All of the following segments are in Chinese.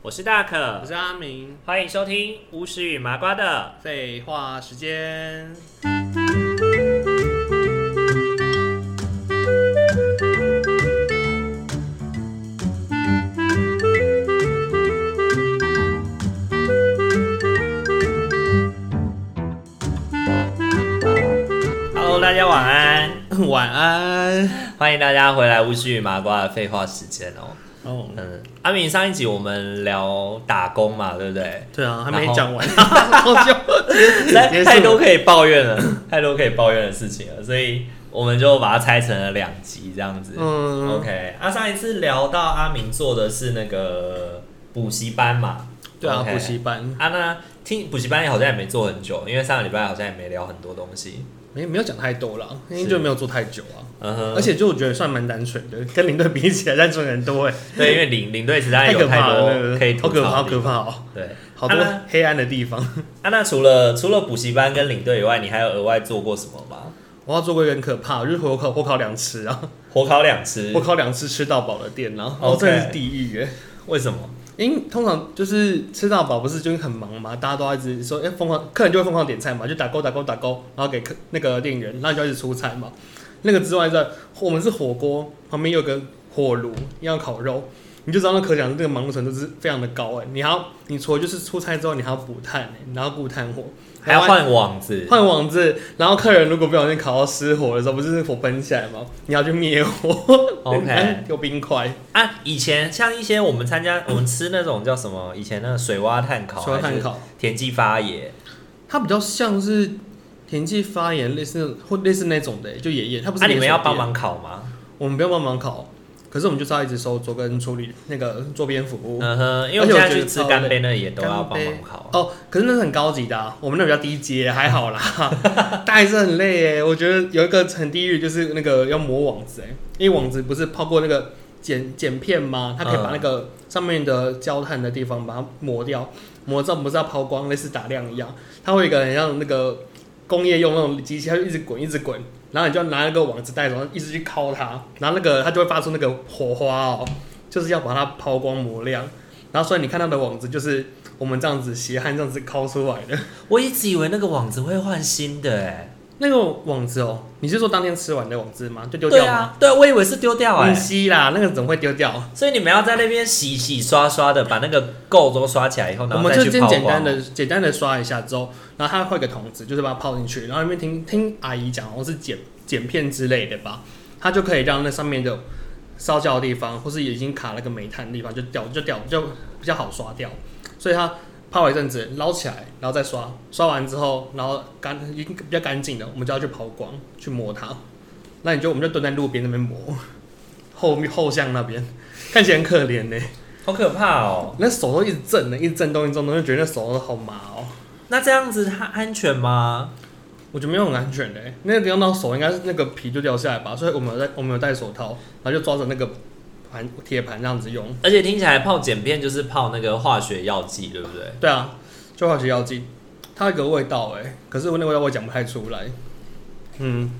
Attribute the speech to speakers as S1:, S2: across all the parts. S1: 我是大可
S2: 我，是阿明，
S1: 欢迎收听巫师与麻瓜的。
S2: 废话时 间。
S1: Hello，大家晚安，
S2: 晚安。
S1: 欢迎大家回来巫师与麻瓜的废话时间哦。
S2: 哦，
S1: 嗯，阿明上一集我们聊打工嘛，对不对？
S2: 对啊，还
S1: 然
S2: 没
S1: 后
S2: 讲完，然后就
S1: 太
S2: 结束了
S1: 太 多可以抱怨了， 太多可以抱怨的事情了，所以我们就把它拆成了两集这样子。
S2: 嗯
S1: OK，啊，上一次聊到阿明做的是那个补习班嘛，
S2: 对啊，
S1: OK
S2: 补习班
S1: 啊，那听补习班好像也没做很久，因为上个礼拜好像也没聊很多东西。
S2: 没没有讲太多了，因为
S1: 是
S2: 就没有做太久啊。
S1: 嗯哼，
S2: 而且就我觉得算蛮单纯的，跟领队比起来单纯很多哎，
S1: 对，因为领领队实在
S2: 太
S1: 有
S2: 可
S1: 太
S2: 怕了，
S1: 多
S2: 那
S1: 可以
S2: 个好
S1: 吐
S2: 可怕，
S1: 槽的地方。
S2: 好可怕哦，
S1: 对，
S2: 好
S1: 啊
S2: 多
S1: 那
S2: 黑暗的地方。
S1: 啊，那除了除了补习班跟领队以外，你还有额外做过什么吗？
S2: 我要做过一个很可怕，就是火烤火烤两次啊，
S1: 火烤两吃
S2: 火，烤两次吃到饱的店，然后
S1: OK
S2: 真的是地狱哎。
S1: 为什么？
S2: 因为通常就是吃到饱，不是就是很忙嘛，大家都要一直说，哎、疯狂客人就会疯狂点菜嘛，就打勾打勾打勾，然后给客那个店员，然后就要一直出菜嘛。那个之外在我们是火锅，旁边有个火炉要烤肉，你就知道那可想而知这个忙碌程度是非常的高哎、你还要你除了就是出菜之后，你还要补炭、欸，然后顾炭火，
S1: 还要哎换网子？
S2: 换网子，然后客人如果不小心烤到失火的时候，不是火喷起来吗？你要去灭火
S1: OK
S2: 有冰块，
S1: 啊，以前像一些我们参加我们吃那种叫什么？以前那个水蛙炭烤，
S2: 除了炭，烤。
S1: 田忌发爷。
S2: 它比较像是田忌发言，类似或类似那种的，就爷爷，他不是、
S1: 啊，你们要帮，忙烤吗？
S2: 我们不要帮忙烤，可是我们就是要一直收桌跟处理那个桌边服务。
S1: 嗯哼，因为我
S2: 而
S1: 们
S2: 且我
S1: 现在
S2: 觉得
S1: 去吃
S2: 超
S1: 干
S2: 累
S1: 杯那也都要
S2: 干
S1: 帮
S2: 杯
S1: 忙烤。
S2: 哦，可是那是很高级的、啊，我们那比较低阶，还好啦， 但还是很累耶。我觉得有一个很地狱，就是那个要磨网子哎，因为网子不是泡过那个剪剪片吗？它可以把
S1: 嗯
S2: 那个上面的焦炭的地方把它磨掉，磨到不是要抛光，类似打亮一样，它会有一个很像那个工业用那种机器，它就一直滚一直滚，然后你就要拿那个网子带，然后一直去敲它，然后那个它就会发出那个火花哦，就是要把它抛光磨亮。然后所以你看到的网子就是我们这样子斜焊这样子抠出来的。
S1: 我一直以为那个网子会换新的哎。
S2: 那个网子哦，你是说当天吃完的网子吗？就丢
S1: 对
S2: 掉吗？
S1: 啊，对，我以为是丢掉哎
S2: 嗯，。吸啦，那个怎么会丢掉？
S1: 所以你们要在那边洗洗刷刷的，把那个垢都刷起来以后，
S2: 我
S1: 然后
S2: 们
S1: 再
S2: 就
S1: 去
S2: 先
S1: 抛
S2: 简
S1: 光
S2: 单。的简单的刷一下之后，然后它会个桶子，就是把它泡进去，然后那边听听阿姨讲，好像是剪剪片之类的吧，它就可以让那上面的烧焦的地方，或是已经卡那个煤炭的地方就掉就掉就比较好刷掉，所以它泡一阵子捞起来，然后再刷，刷完之后，然后干已经比较干净的，我们就要去抛光去磨它，那你就我们就蹲在路边那边磨，后面后巷那边看起来很可怜呢、
S1: 好可怕哦！
S2: 那手都一直震呢，一直震动，一直震动，就觉得那手都好麻哦、
S1: 那这样子它安全吗？
S2: 我觉得没有很安全的、欸那个地方到手应该是那个皮就掉下来吧，所以我们有戴我们有戴手套，然后就抓着那个盘铁盘这样子用。
S1: 而且听起来泡碱片就是泡那个化学药剂，对不对？
S2: 对啊，就化学药剂，它有一个味道哎、可是我那个味道我讲不太出来。嗯，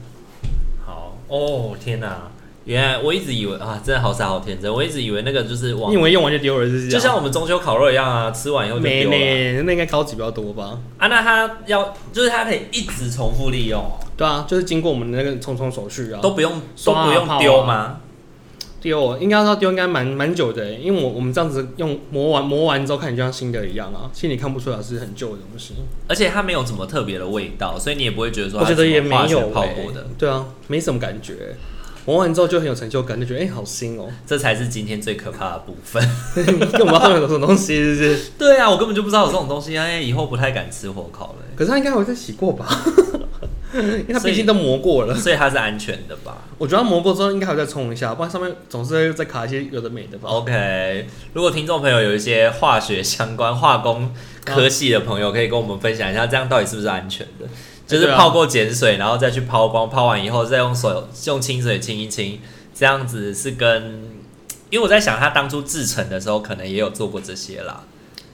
S1: 好哦，天哪！原来我一直以为啊，真的好傻好天真，我一直以为那个就是网
S2: 你以，为用完就丢了是不是？
S1: 就像我们中秋烤肉一样啊，吃完以后就
S2: 没
S1: 丢了
S2: 呢，那应该高级比较多吧？
S1: 啊。那它要就是它可以一直重复利用哦，
S2: 对啊，就是经过我们的那个重重手续啊，
S1: 都不用都
S2: 刷啊
S1: 不
S2: 泡
S1: 用
S2: 啊
S1: 丢吗？
S2: 丢，应该说丢应该蛮蛮久的欸，因为我我们这样子用磨完磨完之后，看你就像新的一样啊，其实你看不出来是很旧的东西。
S1: 而且它没有什么特别的味道，所以你也不会觉得说
S2: 我
S1: 它
S2: 觉得
S1: 啊是
S2: 也
S1: 什么
S2: 没
S1: 化学
S2: 有
S1: 泡
S2: 欸
S1: 过的。
S2: 对啊，没什么感觉欸。磨完之后就很有成就感，就觉得哎、好新哦、
S1: 这才是今天最可怕的部分。
S2: 跟我们后面有什么东西是不是？
S1: 对啊，我根本就不知道有这种东西，哎，以后不太敢吃火烤 了，
S2: 可是它应该会再洗过吧， 因为它
S1: 所以
S2: 毕竟都磨过了。
S1: 所以它是安全的吧
S2: 我觉得它磨过之后应该还要再冲一下，不然上面总是会再卡一些有的没的
S1: 哦
S2: 吧。
S1: ？OK，如果听众朋友有一些化学相关、化工科系的朋友，可以跟我们分享一下，这样到底是不是安全的？就是
S2: 对啊
S1: 泡过碱水，然后再去抛光，抛完以后再用手用清水清一清，这样子是跟，因为我在想，他当初制成的时候可能也有做过这些啦。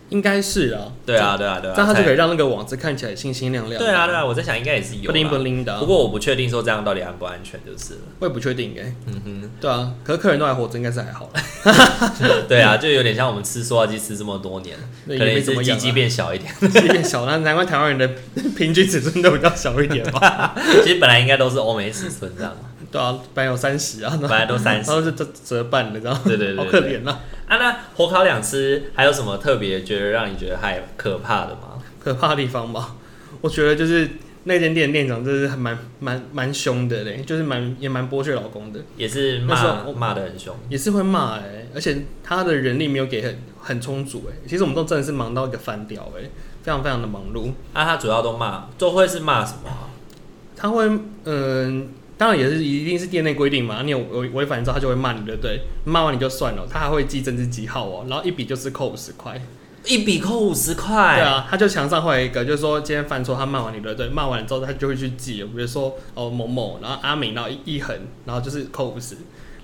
S2: 应该是啊，
S1: 对啊，对啊，对啊，
S2: 这样它就可
S1: 才
S2: 以让那个网子看起来星星亮亮的。
S1: 对啊，对啊，我在想应该也是有
S2: 不灵不
S1: 啦。
S2: 灵的啊、
S1: 不过我不确定说这样到底安不安全，就是了。
S2: 我也不确定哎、
S1: 嗯哼，
S2: 对啊，可是客人都还活着，应该是还 好啦。
S1: 对啊，就有点像我们吃塑化剂吃这么多年，
S2: 那
S1: 可
S2: 也
S1: 能
S2: 没
S1: 也
S2: 怎么
S1: 是
S2: 养
S1: 鸡
S2: 啊
S1: 鸡变小一点。
S2: 有点小，那难怪台湾人的 平均尺寸都比较小一点 吧？
S1: 其实本来应该都是欧美尺寸这 样，
S2: 对啊，本来有三十啊，
S1: 本来都三
S2: 然
S1: 十。
S2: 后就折折半了，这样
S1: 对对对对
S2: 好可怜啊，
S1: 啊，那火烤两吃还有什么特别觉得让你觉得还可怕的吗？
S2: 可怕的地方吧？我觉得就是那间店店长真的是还蛮蛮蛮凶的嘞，就是蛮也蛮剥削老公的，
S1: 也是
S2: 那时
S1: 骂
S2: 候我
S1: 骂的很凶，
S2: 也是会骂哎、而且他的人力没有给很很充足哎、其实我们都真的是忙到一个翻掉哎、非常非常的忙碌。
S1: 啊，他主要都骂，就会是骂什么啊、
S2: 他会，嗯，当然也是一定是店内规定嘛，你有违违反之后，他就会骂你，对不对？骂完你就算了，他还会记政治记号哦，然后一笔就是扣五十块。
S1: 一笔扣五十
S2: 对
S1: 块，
S2: 啊，他就墙上会有一个，就是说今天犯错，他骂完你，对不对？骂完之后，他就会去记，比如说哦某某，然后阿明，然后一一横，然后就是扣五十，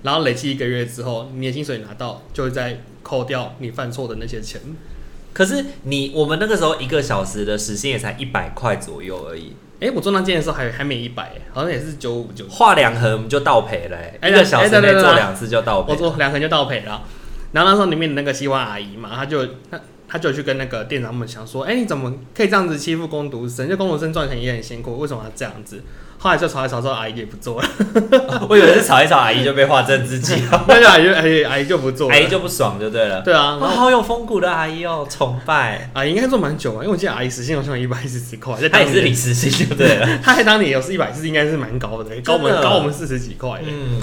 S2: 然后累积一个月之后，你的薪水拿到，就会再扣掉你犯错的那些钱。
S1: 可是你我们那个时候一个小时的时薪也才一百块左右而已，
S2: 哎、我做那件的时候还还没一百，好像也是九五九
S1: 画两横我们就倒赔了、欸，
S2: 哎
S1: 一个小时
S2: 哎对
S1: 内
S2: 对对
S1: 做两次就倒赔
S2: 我。做两横就倒赔了。然后那时候里面的那个西瓜阿姨嘛，她就她她就去跟那个店长们想说，哎、你怎么可以这样子欺负工读生？就工读生赚钱也很辛苦，为什么要这样子？后来就吵一吵之后，阿姨也不 做了，
S1: 我以为是吵一吵，阿姨就被画正自 己，
S2: 那就阿姨就阿姨阿姨就不做了，
S1: 阿姨就不爽就对了。
S2: 对啊，
S1: 哇
S2: 然后
S1: 好有风骨的阿姨哦，崇拜。
S2: 阿姨应该做蛮久啊，因为我记得阿姨时薪好像一百四十块，在
S1: 她
S2: 当
S1: 也是
S2: 年
S1: 领时薪就对 了。
S2: 她还当年有是一百四，应该是蛮高的，高我
S1: 真
S2: 们
S1: 的
S2: 高我们四十几块、
S1: 嗯，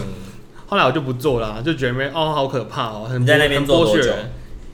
S2: 后来我就不做了啊、就觉得没哦，好可怕哦，很
S1: 你在那边
S2: 很
S1: 做
S2: 剥
S1: 多
S2: 削
S1: 久
S2: 人，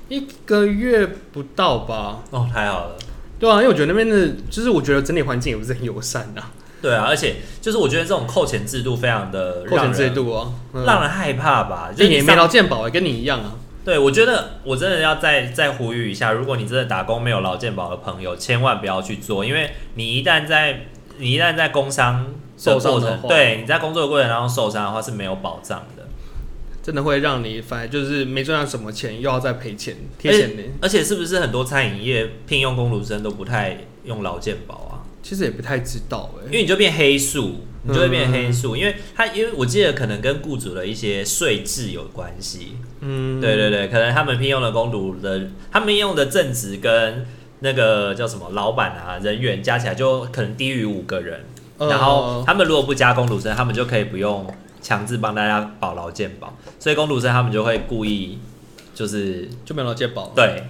S2: 一个月不到吧，
S1: 哦，太好了。
S2: 对啊，因为我觉得那边的，就是我觉得整体环境也不是很友善啊，
S1: 对啊，而且就是我觉得这种扣钱制度非常的
S2: 扣
S1: 让
S2: 钱
S1: 人
S2: 制度啊，嗯
S1: 让人害怕吧。就
S2: 一
S1: 是你
S2: 年
S1: 上
S2: 没劳健保、欸，跟你一样啊，
S1: 对我觉得我真的要再再呼吁一下，如果你真的打工没有劳健保的朋友，千万不要去做，因为你一旦在你一旦在工伤的
S2: 受伤
S1: 过
S2: 的
S1: 程
S2: 话
S1: 对你在工作的过程当中受伤的话是没有保障的。
S2: 真的会让你反正就是没赚到什么钱，又要再赔钱贴
S1: 而且
S2: 钱的，
S1: 而且是不是很多餐饮业聘用工读生都不太用劳健保啊？
S2: 其实也不太知道哎、
S1: 因为你就变黑数，你就会变黑数，因为他因为我记得可能跟雇主的一些税制有关系。
S2: 嗯，
S1: 对对对，可能他们聘用的工读的，他们用的正职跟那个叫什么老板啊人员加起来就可能低于五个人，
S2: 呃
S1: 然后他们如果不加工读生，他们就可以不用强制帮大家保劳健保，所以工读生他们就会故意就是
S2: 就没有劳健保，
S1: 对，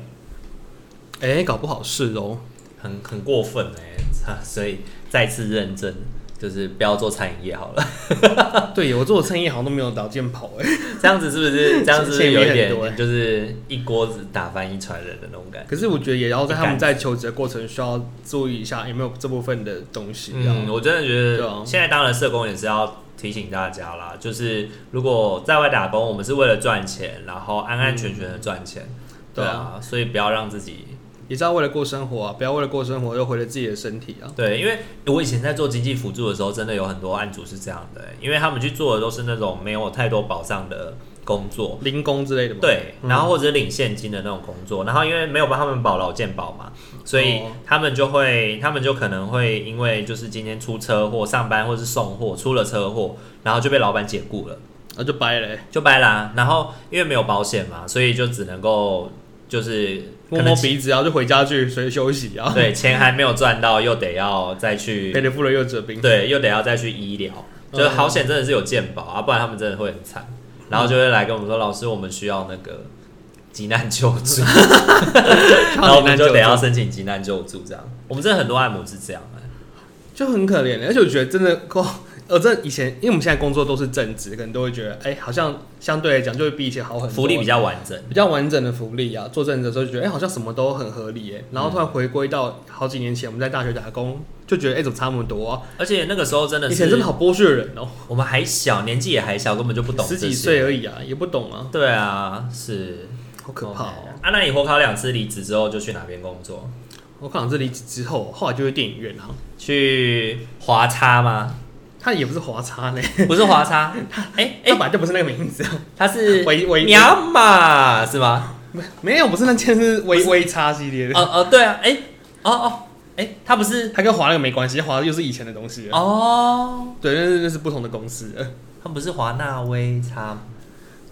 S2: 哎、搞不好是哦，
S1: 很很过分 哎、所以再次认真。就是不要做餐饮业好了，
S2: 对耶，我做的生意好像都没有劳健保哎、
S1: 这样子是不 是？这样子是不是
S2: 欠
S1: 有
S2: 欠
S1: 一
S2: 很多
S1: 点
S2: 欸
S1: 就是一锅子打翻一船人的那种感觉。
S2: 可是我觉得也要在他们在求职的过程需要注意一下有没有这部分的东西啊，
S1: 嗯，我真的觉
S2: 对啊
S1: 得现在当然社工也是要提醒大家啦，就是如果在外打工，我们是为了赚钱，然后安安全全的赚钱，对
S2: 对
S1: 啊
S2: 啊，
S1: 所以不要让自己
S2: 也是要为了过生活啊，不要为了过生活又毁了自己的身体啊，
S1: 对，因为我以前在做经济辅助的时候，真的有很多案主是这样的、欸因为他们去做的都是那种没有太多保障的工作，
S2: 零工之类的嘛，
S1: 对，
S2: 嗯
S1: 然后或者是领现金的那种工作，然后因为没有帮他们保劳健保嘛，所以
S2: 哦
S1: 他们就会，他们就可能会因为就是今天出车祸、上班或是送货出了车祸，然后就被老板解雇了，
S2: 那就掰了欸、
S1: 就掰啦。然后因为没有保险嘛，所以就只能够就是可
S2: 摸
S1: 能
S2: 摸 鼻子，然后就回家去随休息啊。
S1: 对钱还没有赚到，又得要再去
S2: 赔了夫人又折兵。
S1: 对，又得要再去医疗，就是
S2: 嗯
S1: 好险真的是有健保啊，不然他们真的会很惨，然后就会来跟我们说，老师，我们需要那个急难救助，然后我们就得要申请急难救助这样。我们真的很多按摩是这样的、
S2: 就很可怜欸。而且我觉得真的够，我真的以前，因为我们现在工作都是正职，可能都会觉得，哎、好像相对来讲就会比以前好很多，
S1: 福利比
S2: 较
S1: 较完整。
S2: 比较完整的福利啊。做正职的时候就觉得，哎、好像什么都很合理哎、
S1: 嗯
S2: 然后突然回归到好几年前我们在大学打工，就觉得，哎、怎么差那么多啊？
S1: 而且那个时候真的
S2: 以
S1: 是，
S2: 前真的好剥削人哦、
S1: 我们还小，年纪也还小，根本就不懂
S2: 十
S1: 这
S2: 几
S1: 些
S2: 岁。而已啊，也不懂啊，
S1: 对啊，是
S2: 好可怕哦、
S1: 啊，那你火烤两次离职之后就去哪边工作？
S2: 我考上这里之后，后来就去电影院啊，
S1: 去华差吗？
S2: 他也不是华差呢，
S1: 不是 华差，哎哎、
S2: 他本来就不是那个名字啊。
S1: 他是
S2: 微微
S1: 娘马是吗？
S2: 没有，不是那件是微微差系列的，
S1: 哦哦，对啊，哎、哦哦，哎、他不是
S2: 它跟华那个没关系，华又是以前的东西了。
S1: 哦，
S2: 对，那是那是不同的公司了。
S1: 他不是华纳微差吗，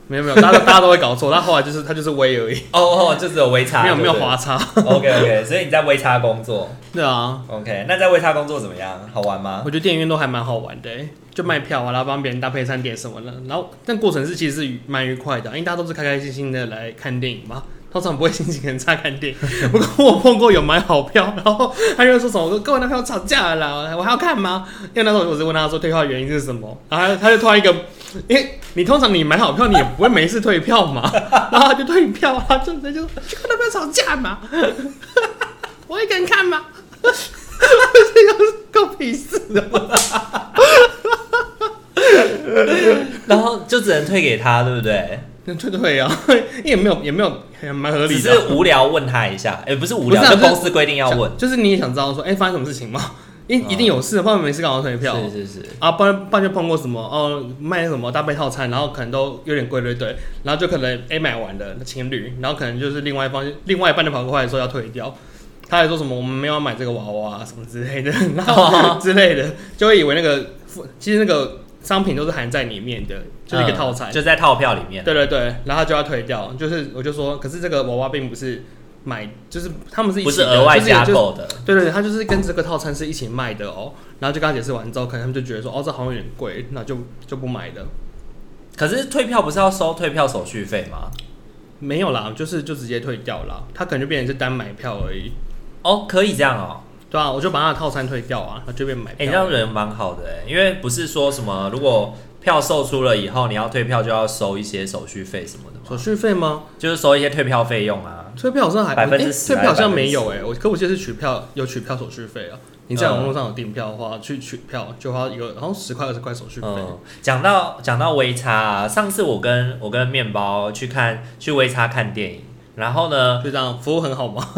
S2: 没有没有，大家大家都会搞错，他后来就是他就是微而已，
S1: 哦哦，就只有微差，
S2: 没有没有
S1: 对不对
S2: 华差。
S1: OK OK，所以 你在微差工作
S2: 对啊，
S1: ，OK，那在微差工作怎么样？好玩吗？
S2: 我觉得电影院都还蛮好玩的欸、就卖票啊，然后帮别人搭配餐点什么的，然后但过程是其实是蛮愉快的啊，因为大家都是开开心心的来看电影嘛。通常不会心情很差看电影，不过我碰过有买好票，然后他就说什么我跟我男朋友吵架了啦，我还要看吗？因为那时候我是问他说退票的原因是什么，然后他他就突然一个，因为你通常你买好票你也不会没事退票嘛，然后他就退票，他就他就去跟男朋友吵架嘛， 我一个人看 吗？这又是够屁事啊的。
S1: 然后就只能退给他，对不对？
S2: 对对对啊，也没有也没有，也蛮合
S1: 只
S2: 理的啊。
S1: 是无聊问他一下，也、不是无聊，
S2: 不是啊
S1: 就公司规定要问
S2: 想。就是你也想知道说，哎、发生什么事情吗？一
S1: 啊
S2: 一定有事，不然没事干嘛退票？
S1: 是是是，
S2: 啊，不然不然就碰过什么哦，卖什么大杯套餐，然后可能都有点贵，对对，然后就可能 A 买完了情侣，然后可能就是另外一方另外一半就跑过来说要退掉，他还说什么我们没有要买这个娃娃、啊、什么之类的， 然
S1: 哦
S2: 后之类的，就会以为那个其实那个商品都是含在里面的，就是一个
S1: 嗯
S2: 套餐，
S1: 就在套票里面。
S2: 对对对，然后他就要退掉，就是我就说，可是这个娃娃并不是买，就是他们是一起
S1: 不是
S2: 的
S1: 额外加。
S2: 就是有就
S1: 购的，
S2: 对对对，他就是跟这个套餐是一起卖的哦。然后就跟他解释完之后，可能他们就觉得说，哦，这好像有点贵，那就就不买了。
S1: 可是退票不是要收退票手续费吗？
S2: 没有啦，就是就直接退掉啦。他可能就变成是单买票而已，
S1: 哦，可以这样哦。
S2: 对啊，我就把他的套餐退掉啊，他就变买
S1: 哎、这
S2: 票了。
S1: 样人蛮好的、欸，因为不是说什么如果票售出了以后，你要退票就要收一些手续费什么的
S2: 手
S1: 嘛，
S2: 续费吗？
S1: 就是收一些退票费用啊。
S2: 退票好像还
S1: 百分之
S2: 诶
S1: 十
S2: 退票好
S1: 还
S2: 像
S1: 是
S2: 没有哎、我可我记得是取票有取票手续费啊。你在
S1: 嗯
S2: 网络上有订票的话，去取票就花一个，然后十块二十块手续费。
S1: 嗯，讲到讲到微差、啊，上次我跟我跟面包去看去微差看电影，然后呢，
S2: 就这样，服务很好 吗？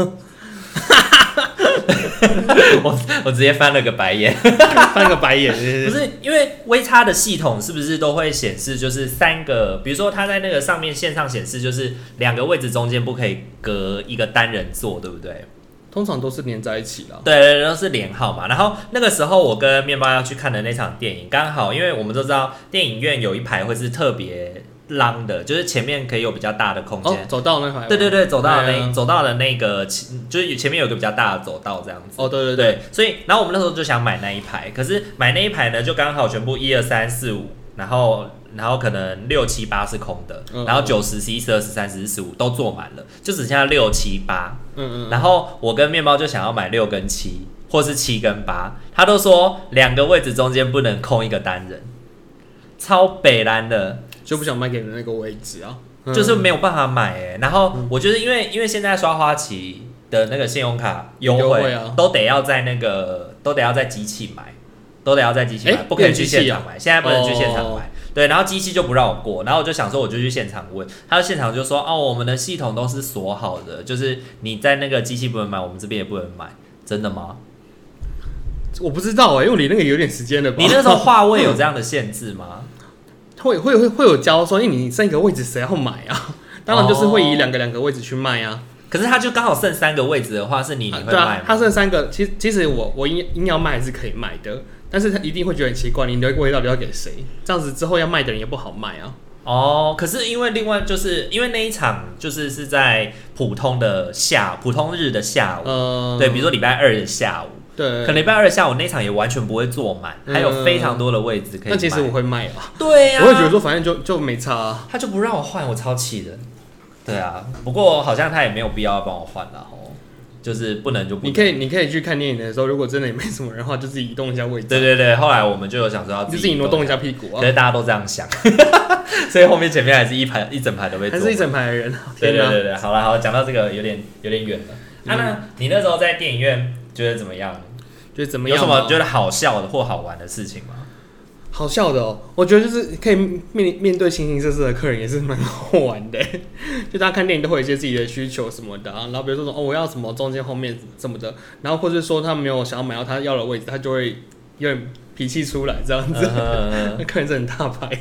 S1: 我我直接翻了个白眼，
S2: 翻个白眼，是
S1: 不
S2: 不是
S1: 是因为微差的系统是不是都会显示就是三个，比如说它在那个上面线上显示就是两个位置中间不可以隔一个单人座，对不对？
S2: 通常都是连在一起的啊。
S1: 对对，对都是连号嘛。然后那个时候我跟面包要去看的那场电影，刚好因为我们都知道电影院有一排会是特别浪的，就是前面可以有比较大的空
S2: 哦
S1: 间。，
S2: 走到那排，
S1: 对对对，走到了那、
S2: 对啊
S1: 走到了那个前，就是前面有一个比较大的走道这样子。
S2: 哦，对对
S1: 对
S2: 对，
S1: 对，所以然后我们那时候就想买那一排，可是买那一排呢，就刚好全部一二三四五，然后然后可能六七八是空的，
S2: 嗯
S1: 然后九十十一十二十三十四十五都坐满了，就只剩下六七八。
S2: 嗯嗯嗯，
S1: 然后我跟面包就想要买六跟七，或是七跟八，他都说两个位置中间不能空一个单人，超北蓝的，
S2: 就不想卖给你的那个位置啊，嗯
S1: 就是没有办法买哎、然后我就是因为因为现在刷花旗的那个信用卡优
S2: 优
S1: 惠
S2: 惠啊
S1: 都得要在那个都得要在机器买，都得要在机器买，
S2: 诶
S1: 不可以
S2: 电
S1: 去
S2: 机器
S1: 现
S2: 啊
S1: 场买，现在不能去现场
S2: 哦
S1: 买。对，然后机器就不让我过，然后我就想说，我就去现场问，他现场就说，哦，我们的系统都是锁好的，就是你在那个机器不能买，我们这边也不能买，真的吗？
S2: 我不知道哎，因为我离那个有点时间了吧？
S1: 你那时 候话位有这样的限制吗？
S2: 会会会会有教说，因哎为你剩一个位置谁要买 啊？当然就是会以两个两个位置去卖啊。
S1: 可是他就刚好剩三个位置的话，是哦你你
S2: 啊
S1: 会
S2: 对
S1: 卖
S2: 啊
S1: 吗，？
S2: 它剩三个，其实其实我我硬硬要卖还是可以卖的，但是他一定会觉得很奇怪，你留一个位置到底要给谁？这样子之后要卖的人也不好卖啊。
S1: 哦，可是因为另外就是因为那一场就是是在普通的下普通日的下午，
S2: 呃，
S1: 对，比如说礼拜二的下午，
S2: 对
S1: 可，能礼拜二的下午那一场也完全不会坐满，还有
S2: 嗯
S1: 非常多的位置可以
S2: 那
S1: 买。
S2: 其实我会卖啊。
S1: 对呀、
S2: 我会觉得说，反正就就没差、啊。
S1: 他就不让我换，我超气的。对啊，不过好像他也没有必要帮我换了哦，就是不能就不
S2: 你
S1: 能。
S2: 可以，你可以去看电影的时候，如果真的也没什么人的话，就自己移动一下位置，
S1: 对对对，后来我们就有想说要
S2: 你就自己挪动一下屁股
S1: 可
S2: 啊，
S1: 是大家都这样想， 所以后面前面还是一排一整排都被
S2: 还
S1: 坐
S2: 是一
S1: 满。
S2: 整排的人啊。
S1: 对
S2: 天
S1: 对
S2: 哪，
S1: 对对，好了好，讲到这个有点有点远了。啊，那你那时候在电影院觉得怎么样？
S2: 就是怎么
S1: 有
S2: 样
S1: 什
S2: 啊？
S1: 么觉得好笑的或好玩的事情吗？
S2: 好笑的哦？我觉得就是可以面面对形形色色的客人，也是蛮好玩的。 就大家看电影都会有一些自己的需求什么的啊，然后比如说说哦，我要什么中间后面什么的，然后或者说他没有想要买到他要的位置，他就 会有点脾气出来这样子。
S1: 嗯
S2: 那客人真的很大牌，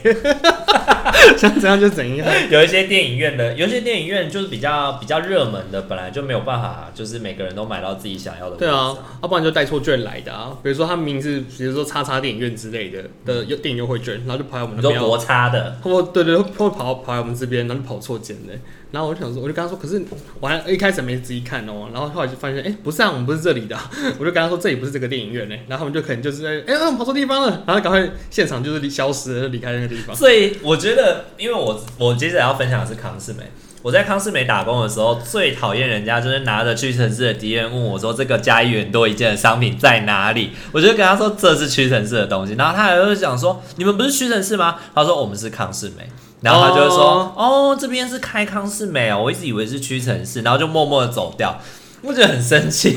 S2: 想怎样就怎样。
S1: 有一些电影院的，有一些电影院就是比较比较热门的，本来就没有办法，就是每个人都买到自己想要的。
S2: 对啊，要、不然就带错券来的啊，比如说他名字，比如说叉叉电影院之类的的优电影优惠券，然后就跑来我们
S1: 嗯你
S2: 那
S1: 说
S2: 边要
S1: 国差的，
S2: 或对对，会跑跑来我们这边，然后就跑错间嘞。然后我就想说，我就跟他说，可是我还一开始没仔细看哦，然后后来就发现，哎，不是啊，我们不是这里的啊、 我就跟他说，这里不是这个电影院嘞。然后他们就可能就是，哎，我们跑错地方了，然后赶快现场就是离消失了，就离开那个地 方。
S1: 最我觉得，因为我我接着要分享的是康世美。我在康世美打工的时候，最讨厌人家就是拿着屈臣氏的敌人问我说：“这个加一元多一件的商品在哪里？”我就跟他说：“这是屈臣氏的东西。”然后他还会讲说：“你们不是屈臣氏吗？”他说：“我们是康世美。”然后他就会说：“哦，这边是开康世美哦，我一直以为是屈臣氏。”然后就默默的走掉，我觉得很生气，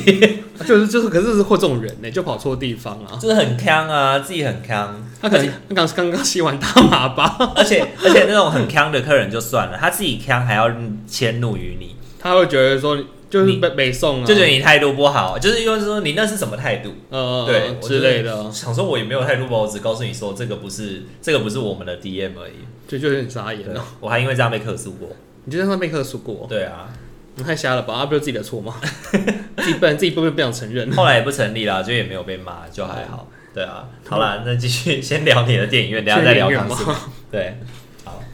S2: 就是就是，可是是会这种人呢，就跑错地方啊。
S1: 就是很坑啊，自己很坑。
S2: 他可能他刚刚刚吸完大麻吧，
S1: 而且而且那种很坑的客人就算了，他自己坑还要迁怒于你，
S2: 他会觉得说你就是
S1: 你
S2: 被被送啊，
S1: 就觉得你态度不好，就是因为说你那是什么态度？
S2: 呃
S1: 对我
S2: 之类的，
S1: 想说我也没有态度吧，我只告诉你说这个不是这个不是我们的 DM 而已。
S2: 就就有点傻眼
S1: 对
S2: 了。，
S1: 我还因为这样被客诉过。
S2: 你就在上被克数过，
S1: 对啊，
S2: 你太瞎了吧？啊，不是自己的 错吗？自己不能自己不不想承认。
S1: 后来也不成立啦，就也没有被骂，就还好。
S2: 嗯
S1: 对啊，好啦，那继续先聊你的电影院，等一下再聊康斯。
S2: 嘛。
S1: 对，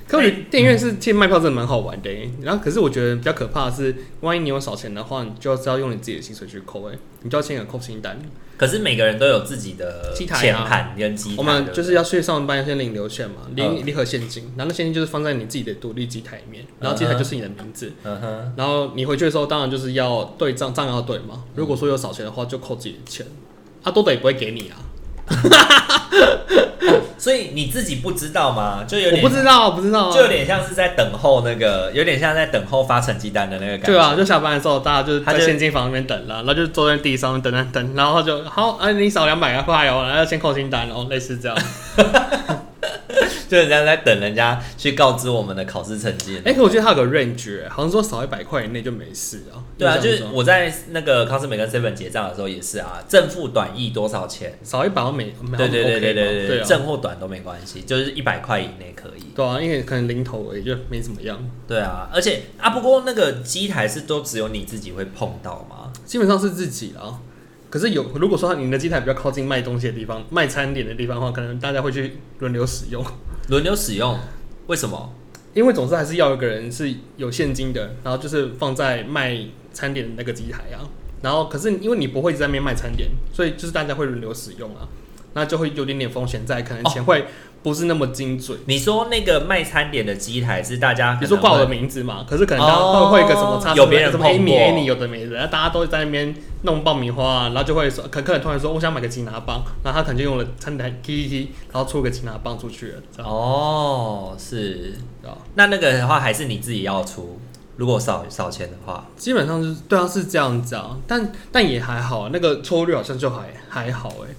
S2: 可我觉得电影院是其实卖票真的蛮好玩的耶、然后可是我觉得比较可怕的是，万一你有少钱的话，你就要知道用你自己的薪水去扣哎、你就要签个扣清单。
S1: 可是每个人都有自己的
S2: 机台啊
S1: 前盘跟机台，
S2: 我们
S1: 对不对
S2: 就是要去上班先领流券嘛，领
S1: 嗯
S2: 离合现金，然后那现金就是放在你自己的独立机台里面，然后机台就是你的名字。
S1: 嗯哼，
S2: 然后你回去的时候，当然就是要对账账要对
S1: 嗯
S2: 嘛。如果说有少钱的话，就扣自己的钱，啊多的也不会给你啊。
S1: 所以你自己不知道吗？就有
S2: 我
S1: 点
S2: 不知道，我不知道、啊，
S1: 就有点像是在等候那个，有点像在等候发成绩单的那个感觉。
S2: 对啊，就下班的时候，大家就是
S1: 他
S2: 在
S1: 就
S2: 现金房里面等了，然后就坐在地上等等等，然后就好，哎、你少两百块哦，然后要先扣清单哦，类似 这样。
S1: 就很像在等人家去告知我们的考试成绩。
S2: 哎、可我觉得它有个 range，、好像说少一百块以内就没事啊。
S1: 对啊，就
S2: 印象
S1: 是
S2: 中
S1: 我在那个康斯美跟 Seven 结账的时候也是啊，正负短益多少钱？
S2: 少一百好像没，没
S1: 对对对
S2: OK
S1: 对
S2: 嘛
S1: 对
S2: 对
S1: 对，
S2: 啊
S1: 正或短都没关系，就是一百块以内可以。
S2: 对啊，因为可能零头而已，就没怎么样。
S1: 对啊，而且啊，不过那个机台是都只有你自己会碰到吗？
S2: 基本上是自己啦。可是有，如果说你的机台比较靠近卖东西的地方、卖餐点的地方的话，可能大家会去轮流使用，
S1: 轮流使用，为什么？
S2: 因为总是还是要有一个人是有现金的，然后就是放在卖餐点的那个机台啊。然后可是因为你不会一直在那边卖餐点，所以就是大家会轮流使用啊，那就会有点点风险在，可能钱会不是那么精准。
S1: 你说那个卖餐点的机台是大家可能
S2: 比如说挂我的
S1: 会
S2: 名字嘛，可是可能他会
S1: 哦
S2: 会有一个什么叉
S1: 有别人
S2: 什么
S1: 碰
S2: Amy
S1: 过
S2: Amy 有的没的，大家都在那边弄爆米花、啊，然后就会说，可客人突然说我想买个吉拿棒，然后他可能就用了餐台 K K K，然后出个吉拿棒出去了，这样
S1: 哦，是
S2: 知道
S1: 那那个的话还是你自己要出，如果少少钱的话，
S2: 基本上就是对啊是这样子啊，但但也还好，那个抽率好像就还还好哎、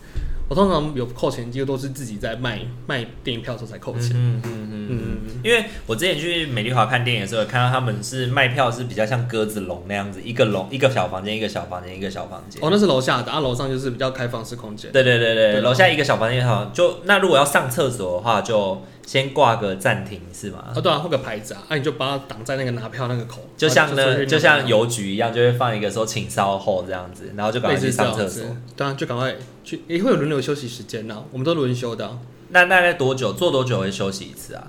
S2: 我通常有扣钱，几乎都是自己在卖卖电影票的时候才扣钱，
S1: 嗯嗯嗯嗯。
S2: 嗯
S1: 因为我之前去美丽华看电影的时候，有看到他们是卖票是比较像鸽子笼那样子，一个笼一个小房间，一个小房间，一个小房间。
S2: 哦那是楼下的，啊楼上就是比较开放式空间，
S1: 对对对
S2: 对
S1: 对，
S2: 啊
S1: 楼下一个小房间，好像就那如果要上厕所的话，就先挂个暂停是吗
S2: 啊？对啊换个牌子啊，啊你就把它挡在那个拿票那个口，
S1: 就像
S2: 然后
S1: 那
S2: 出去
S1: 就
S2: 拿
S1: 像
S2: 票
S1: 邮局一样，就会放一个说请稍后这样子，然后就赶
S2: 类
S1: 快去
S2: 似这
S1: 上
S2: 样
S1: 厕
S2: 子
S1: 所。，
S2: 对啊，就赶快去，也、会有轮流休息时间呢、我们都轮休的啊、
S1: 那大概多久？坐多久会休息一次啊？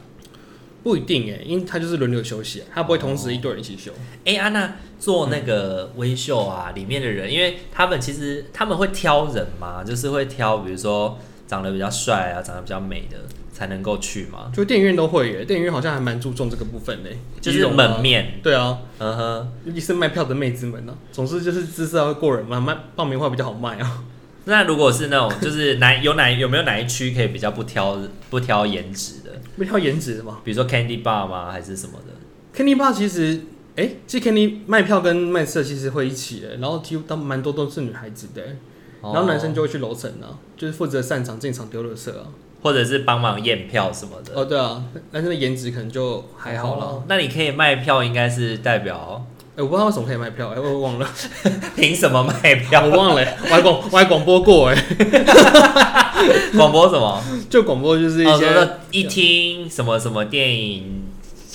S2: 不一定哎、因为他就是轮流休息、啊他不会同时一堆人一起休。
S1: 哎、安娜做那个微秀啊，里面的人，因为他们其实他们会挑人嘛，就是会挑，比如说长得比较帅啊，长得比较美的才能够去嘛，
S2: 就电影院都会耶、电影院好像还蛮注重这个部分嘞、
S1: 就是门。面，
S2: 对啊，
S1: 嗯哼。
S2: 尤其是卖票的妹子们呢、啊，总是就是姿势要过人嘛，卖爆米花比较好卖啊。
S1: 那如果是那种， 就是哪有哪有没有哪一区可以比较不挑不挑颜值的，
S2: 卖票颜值的嘛
S1: 比如说 Candy Bar 吗，还是什么的？
S2: ，Candy Bar 其实，哎、其实 Candy 卖票跟卖吃的其实会一起耶、然后几乎都蛮多都是女孩子的耶、然后男生
S1: 就
S2: 就会去楼层啊，就是负责擅长进场丢垃圾啊。
S1: 或者是帮忙验票什么
S2: 哦
S1: 的，
S2: 哦，对啊，男生的颜值可能就还好啦。
S1: 哦。那你可以卖票，应该是代表
S2: 我不知道为什么可以卖票、哎，我我忘了，
S1: 凭什么卖
S2: 我
S1: 票？
S2: 忘了、哎我还广我还广播过哎、
S1: 广播什么？
S2: 就广播就
S1: 哦，
S2: 是一
S1: 说
S2: 些、
S1: 说一听什么什么电影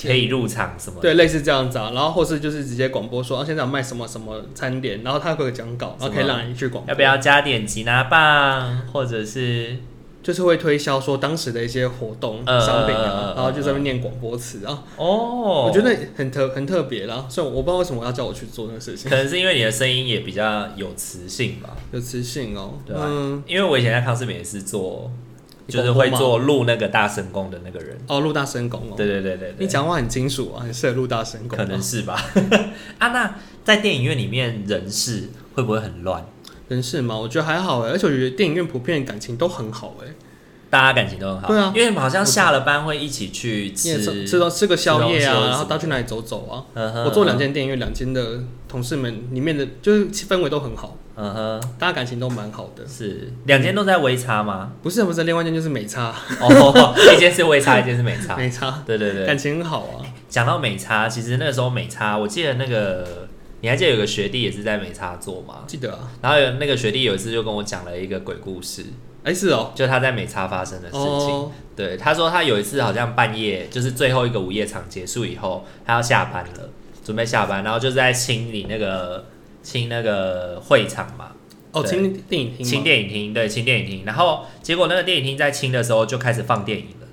S1: 可以入场什么的，
S2: 对类似这样子啊，然后或是就是直接广播说，啊现在有卖什么什么餐点，然后他会有讲稿，然后可以让你去广播，
S1: 要不要加点吉拿棒，或者是
S2: 就是会推销说当时的一些活动
S1: 呃
S2: 商品
S1: 呃呃
S2: 啊
S1: 呃，
S2: 然后就在那边念广播词啊，
S1: 哦？
S2: 我觉得很特很特别啦，所以我不知道为什么要叫我去做那个事情
S1: 可，能是因为你的声音也比较有磁性吧，
S2: 有磁性哦，
S1: 对吧、啊
S2: 嗯，
S1: 因为我以前在康斯美也是做，
S2: 你
S1: 就
S2: 广
S1: 是
S2: 播
S1: 会
S2: 吗
S1: 做录那个大声功的那个人。
S2: 哦，陆大声公哦，
S1: 对对对对对，
S2: 你讲话很清楚啊，很适合陆大声公，
S1: 可能是吧。 啊，那在电影院里面人事会不会很乱？
S2: 人事嘛，我觉得还好哎，而且我觉得电影院普遍感情都很好哎，
S1: 大家感情都很好，
S2: 对啊
S1: 因为好像下了班会一起去
S2: 你也吃
S1: 吃
S2: 吃到吃个宵夜
S1: 吃东
S2: 啊，
S1: 西
S2: 然后到去哪里走走啊，
S1: 嗯哼
S2: 我做两，间电影院，两间的同事们里面的就是氛围都很好，
S1: 嗯哼，
S2: 大家感情都蛮好的，
S1: 是两间都在微差 吗？
S2: 不是不是，另外一间就是美差
S1: 哦，一间是微差，一间是美差。
S2: 美差，
S1: 对啊对
S2: 感
S1: 对，
S2: 情很好啊，
S1: 讲到美差，其实那个时候美差，我记得那个你还记得有个学弟也是在美差做吗？
S2: 记得啊，
S1: 然后有那个学弟有一次就跟我讲了一个鬼故事，
S2: 哎是哦，
S1: 就他在美差发生的事情。
S2: 哦，
S1: 对，他说他有一次好像半夜，就是最后一个午夜场结束以后，他要下班了，准备下班，然后就在清理那个清那个会场嘛，
S2: 哦，
S1: 对
S2: 听电影
S1: 清
S2: 听吗，
S1: 电影厅，对，清电影厅。然后结果那个电影厅在清的时候就开始放电影了，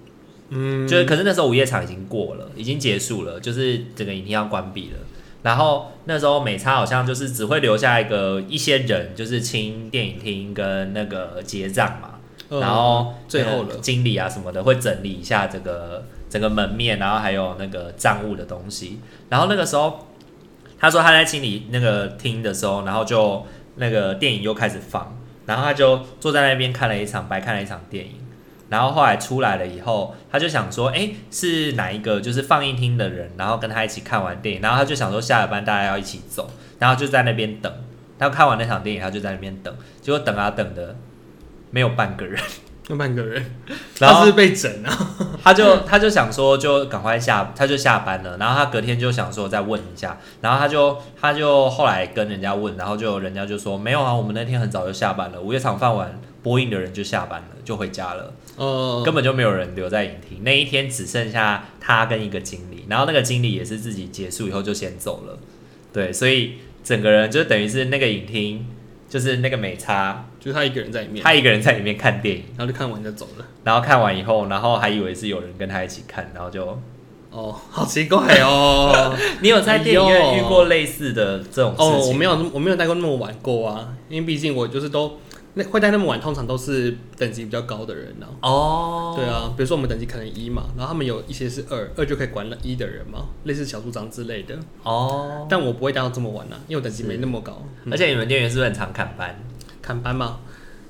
S2: 嗯，
S1: 就是可是那时候午夜场已经过了，已经结束了，就是整个影厅要关闭了。然后那时候美差好像就是只会留下一个一些人，就是清电影厅跟那个结账嘛。
S2: 嗯
S1: 然后
S2: 最后
S1: 呃
S2: 了，
S1: 经理啊什么的会整理一下这个整个门面，然后还有那个账务的东西。然后那个时候，他说他在清理那个厅的时候，然后就那个电影又开始放，然后他就坐在那边看了一场白看了一场电影。然后后来出来了以后，他就想说，哎，是哪一个就是放映厅的人，然后跟他一起看完电影，然后他就想说下了班大家要一起走，然后就在那边等。他看完那场电影，他就在那边等，结果等啊等的，没有半个人。
S2: 那半个人，
S1: 然
S2: 他
S1: 后
S2: 是被整啊，
S1: 他就他就想说，就赶快下，他就下班了。然后他隔天就想说再问一下，然后他就他就后来跟人家问，然后就人家就说没有啊，我们那天很早就下班了，午夜场放完，播映的人就下班了，就回家了，
S2: 哦，
S1: 根本就没有人留在影厅。那一天只剩下他跟一个经理，然后那个经理也是自己结束以后就先走了，对，所以整个人就等于是那个影厅就是那个美差，
S2: 就是他一个人在里面，
S1: 他一个人在里面看电影，
S2: 然后就看完就走了。
S1: 然后看完以后，然后还以为是有人跟他一起看，然后就。
S2: 哦，好奇怪哦！
S1: 你有在电影院遇过类似的这种事情？
S2: 哦，我没。有那么，我没有待过那么晚过啊，因为毕竟我就是都那会待那么晚，通常都是等级比较高的人呢、
S1: 哦，
S2: 对，啊，比如说我们等级可能一嘛，然后他们有一些是二，二就可以管了一的人嘛，类似小组长之类的。
S1: 哦，
S2: 但我不会待到这么晚啊，因为我等级没那么高。嗯
S1: 而且你们店员是不是很常砍班？
S2: 看班嘛，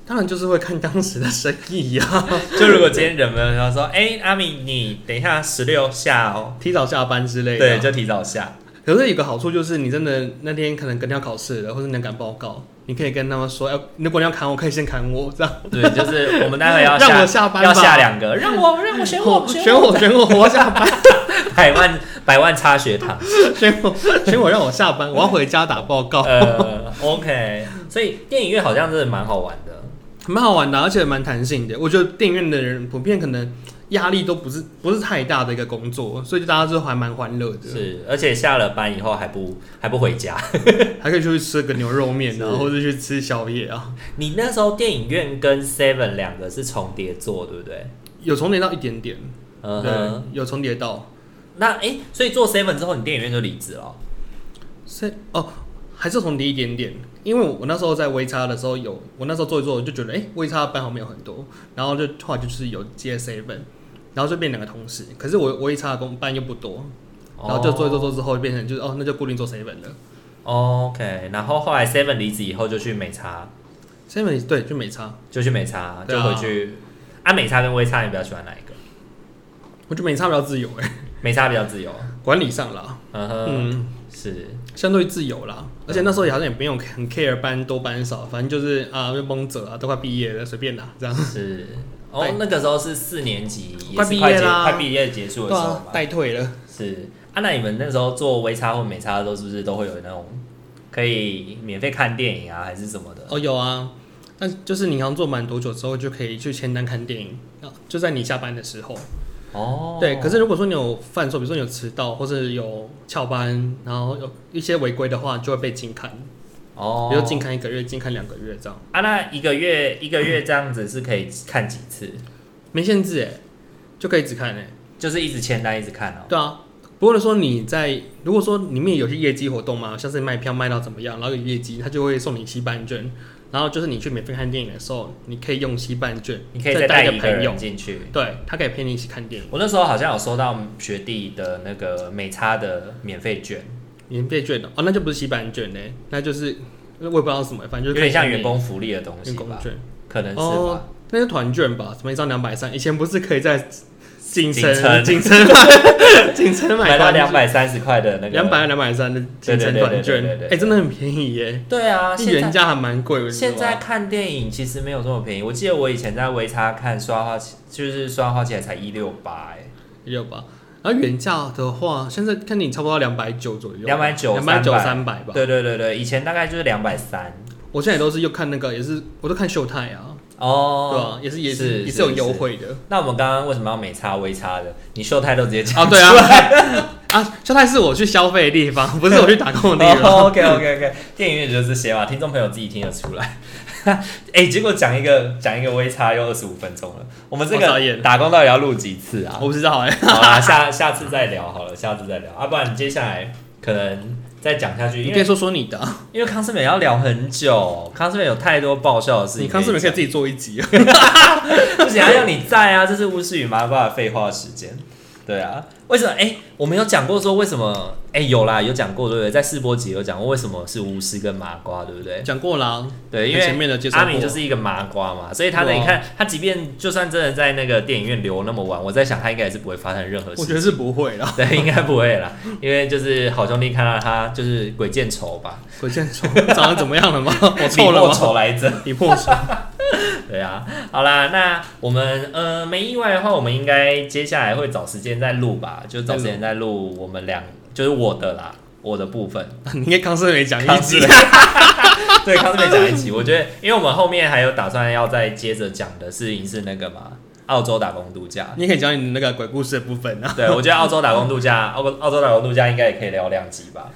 S2: 当然就是会看当时的生意呀、啊，
S1: 就如果今天人们要说，哎、阿米，你等一下十六下哦，
S2: 提早下班之类的
S1: 对，哦
S2: 啊。
S1: 就提早下。
S2: 可是有个好处就是，你真的那天可能跟要考试了，或者你要赶报告，你可以跟他们说，要如果你要砍我，可以先砍我这样。
S1: 对，就是我们待会要
S2: 让
S1: 下
S2: 我下班吧
S1: 要下两个，让 我让我选我
S2: 选我选我，我要下班，
S1: 百万百万插学堂。
S2: 选我选我，让我下班，我要回家打报告，
S1: 呃，OK，所以电影院好像真的蛮好玩的。
S2: 蛮好玩的，啊而且蛮弹性的。我觉得电影院的人普遍可能压力都不是不是太大的一个工作，所以就大家就还蛮欢乐的，
S1: 是，而且下了班以后还不还不回家。
S2: 还可以出去吃个牛肉面啊，
S1: 是
S2: 或者去吃宵夜啊，
S1: 你那时候电影院跟 Seven 两个是重叠坐，对不对？
S2: 有重叠到一点点，
S1: 嗯
S2: 对
S1: 哼，，
S2: 有重叠到，
S1: 那哎、诶所以做 Seven 之后，你电影院就离职了哦。
S2: 是哦。还是重叠一点点，因为我那时候在微差的时候有，我那时候做一做，我就觉得哎、诶微差班好像没有很多，然后就后来就是有接 seven，然后就变两个同事，可是我微差的工班又不多，然后就做一做做之后，就变成就是哦，那就固定做 seven 了。
S1: 哦。OK，然后后来 Seven 离职以后就去美差，
S2: seven 对就没差，
S1: 就去美差，
S2: 对
S1: 就
S2: 啊
S1: 回去。啊，美差跟微差，你比较喜欢哪一个？
S2: 我觉得没差比较自由哎、
S1: 美差比较自由。
S2: 管理上啦，
S1: 嗯哼，
S2: 嗯，
S1: 是
S2: 相对自由啦，而且那时候也好像也没有很 care 班多班少，反正就是啊，就蒙者啊，都快毕业了，随便啦这样。
S1: 是。哦
S2: 对，
S1: 那个时候是四年级，也
S2: 快
S1: 是
S2: 毕
S1: 快
S2: 业
S1: 结
S2: 啦
S1: 快毕业结束的
S2: 对
S1: 时候
S2: 啊
S1: 嘛，。
S2: 代退了，
S1: 是啊，啊，那你们那时候做微差或美差的时候，是不是都会有那种可以免费看电影啊，还是什么的？
S2: 哦，有啊，那就是你好像做满多久之后就可以去签单看电影，啊就在你下班的时候。
S1: 哦，
S2: 对，可是如果说你有犯错，比如说你有迟到或是有翘班，然后有一些违规的话，就会被禁看，
S1: 哦，
S2: 比如禁看一个月、禁看两个月这样，
S1: 啊，那一个月一个月这样子是可以看几次？
S2: 没限制哎，就可以只看哎。
S1: 就是一直签单一直看哦。
S2: 对啊，不过说你在如果说里面有些业绩活动嘛，像是卖票卖到怎么样，然后有业绩，他就会送你西半券。然后就是你去免费看电影的时候，你可以用西半券，
S1: 你可以
S2: 再
S1: 带
S2: 一
S1: 一
S2: 朋友
S1: 人，进去。
S2: 对他可以陪你一起看电影，
S1: 我那时候好像有收到学弟的那个美差的免费券，
S2: 免费券的哦，那就不是西半券嘞，那就是呃我也不知道是什么，反正就
S1: 有
S2: 是
S1: 点像
S2: 看电
S1: 员
S2: 影
S1: 工福利的东西
S2: 员工
S1: 吧，
S2: 券，
S1: 可能是
S2: 哦
S1: 吧。，
S2: 那是团券吧？什么一张两百三？以前不是可 以在锦
S1: 锦
S2: 城
S1: 城
S2: 锦城 买锦城买
S1: 买到
S2: 团
S1: 两百三十块的那个
S2: 两百两百三的
S1: 对对
S2: 锦城
S1: 对
S2: 团
S1: 对对对
S2: 券
S1: 对，
S2: 哎，
S1: 对
S2: 真的很便宜耶，
S1: 对啊，
S2: 一
S1: 现
S2: 元
S1: 在
S2: 价还蛮贵的。
S1: 现在
S2: 你知道吗
S1: 看电影其实没有这么便宜。我记得我以前在微差看刷花旗，就是刷花旗还才一六八哎，
S2: 也有吧？然后原价的话，现在看你差不多两百九左右，
S1: 290
S2: 两百九
S1: 300
S2: 三百吧。
S1: 对对对对，以前大概就是两百三
S2: 我现在也都是又看那个，也是我都看秀泰啊，对
S1: 哦。
S2: 吧？也是也
S1: 是
S2: 也是有
S1: 是
S2: 优惠的
S1: 那我们刚刚为什么要美差微差的？你秀泰都直接讲
S2: 啊，对啊，啊，秀泰是我去消费的地方，不是我去打工的地方。
S1: OK OK OK，电影院就是这些嘛，听众朋友自己听得出来。 哎、结果讲一个讲一个微差又二十五分钟了，我们这
S2: 我傻
S1: 个
S2: 眼
S1: 打工到底要录几次啊？
S2: 我不知道哎，
S1: 好啦，下下次再聊好了，下次再聊，啊，不然接下来可能再讲下去，
S2: 你
S1: 因
S2: 可以
S1: 为
S2: 说说你的啊，
S1: 因为康斯美要聊很久，康斯美有太多爆笑的事情
S2: 你
S1: 以讲，
S2: 康斯美可以自己做一集啊。
S1: 不行，还要你在啊！这是巫师与麻瓜的废话时间。对啊，为什么？哎、我们有讲过说为什么？哎、有啦，有讲过对不对？在试播集有讲过为什么是巫师跟麻瓜，对不对？
S2: 讲过啦，
S1: 对，因
S2: 前
S1: 为
S2: 面的介绍
S1: 阿
S2: 过
S1: 明就是一个麻瓜嘛，所以他的
S2: 对啊
S1: 你看，他即便就算真的在那个电影院留那么晚，我在想他应该也是不会发生任何
S2: 我
S1: 事
S2: 觉
S1: 情。
S2: 得是不会啦，
S1: 对，应该不会啦，因为就是好兄弟看到他就是鬼见愁吧，
S2: 鬼见愁长得怎么样了吗？我
S1: 李
S2: 臭了
S1: 莫
S2: 吗？
S1: 愁来着。
S2: 你破手，
S1: 对啊，好啦，那我们呃没意外的话，我们应该接下来会找时间再录吧，就找时间再录我们两，就是我的啦，我的部分。
S2: 你跟康斯美讲一
S1: 康
S2: 集
S1: 斯，美， 对康斯美讲一起，我觉得，因为我们后面还有打算要再接着讲的事情是那个嘛，澳洲打工度假。
S2: 你也可以讲你的那个鬼故事的部分啊，
S1: 对，我觉得澳洲打工度假， 澳澳洲打工度假应该也可以聊两集吧。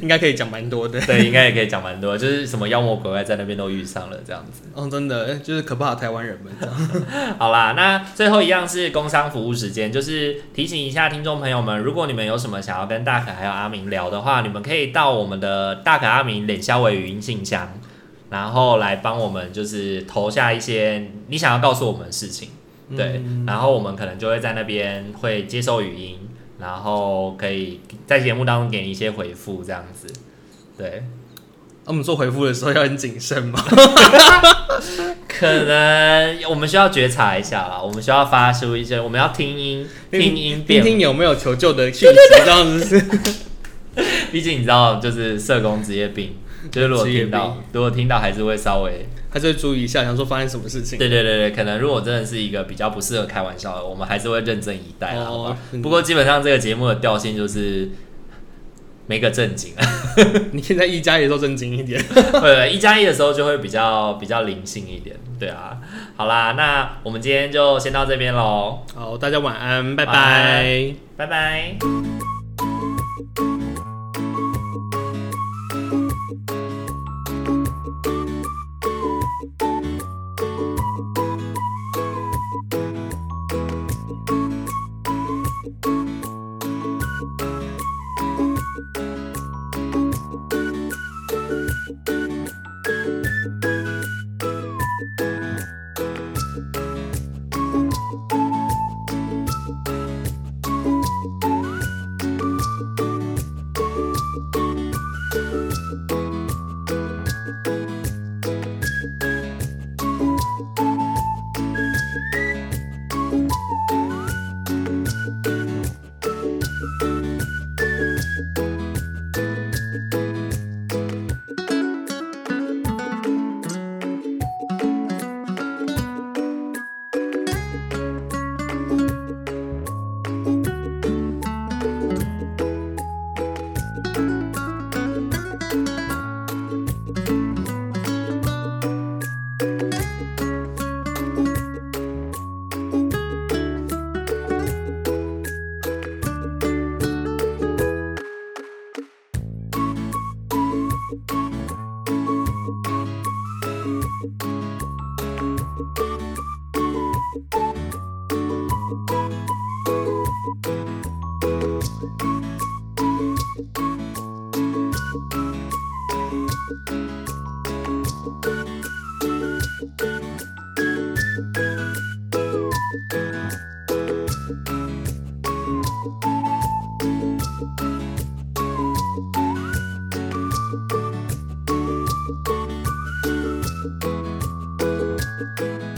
S2: 应该可以讲蛮多的。
S1: 对，应该也可以讲蛮多，就是什么妖魔鬼怪在那边都遇上了这样子。
S2: 嗯，真的就是可怕的台湾人们这 样。
S1: 好啦，那最后一样是工商服务时间，就是提醒一下听众朋友们，如果你们有什么想要跟大可还有阿明聊的话，你们可以到我们的大可阿明脸消委语音信箱，然后来帮我们就是投下一些你想要告诉我们的事情，
S2: 嗯
S1: 对，然后我们可能就会在那边会接收语音，然后可以在节目当中给你一些回复这样子，对，
S2: 啊我们做回复的时候要很谨慎嘛，
S1: 可能我们需要觉察一下啦，我们需要发出一些，我们要听音 听音
S2: 听
S1: 辨
S2: 听有没有求救的讯息，这样子 是
S1: 毕竟你知道，就是社工职业病，就是如果
S2: 职业
S1: 听到
S2: 病，
S1: 如果听到还是会稍微，
S2: 还是会注意一下，想说发生什么事情。
S1: 对对对对，可能如果真的是一个比较不适合开玩笑的，我们还是会认真以待啦。好
S2: 哦
S1: 吧，不过基本上这个节目的调性就是没个正经 啊，
S2: 你现在一加也做正经一点。
S1: 对对，一加一的时候就会比较比较灵性一点，对啊。好啦，那我们今天就先到这边喽，
S2: 好，大家晚安，拜
S1: 晚
S2: 拜
S1: 安。拜拜。
S3: Thank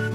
S3: you.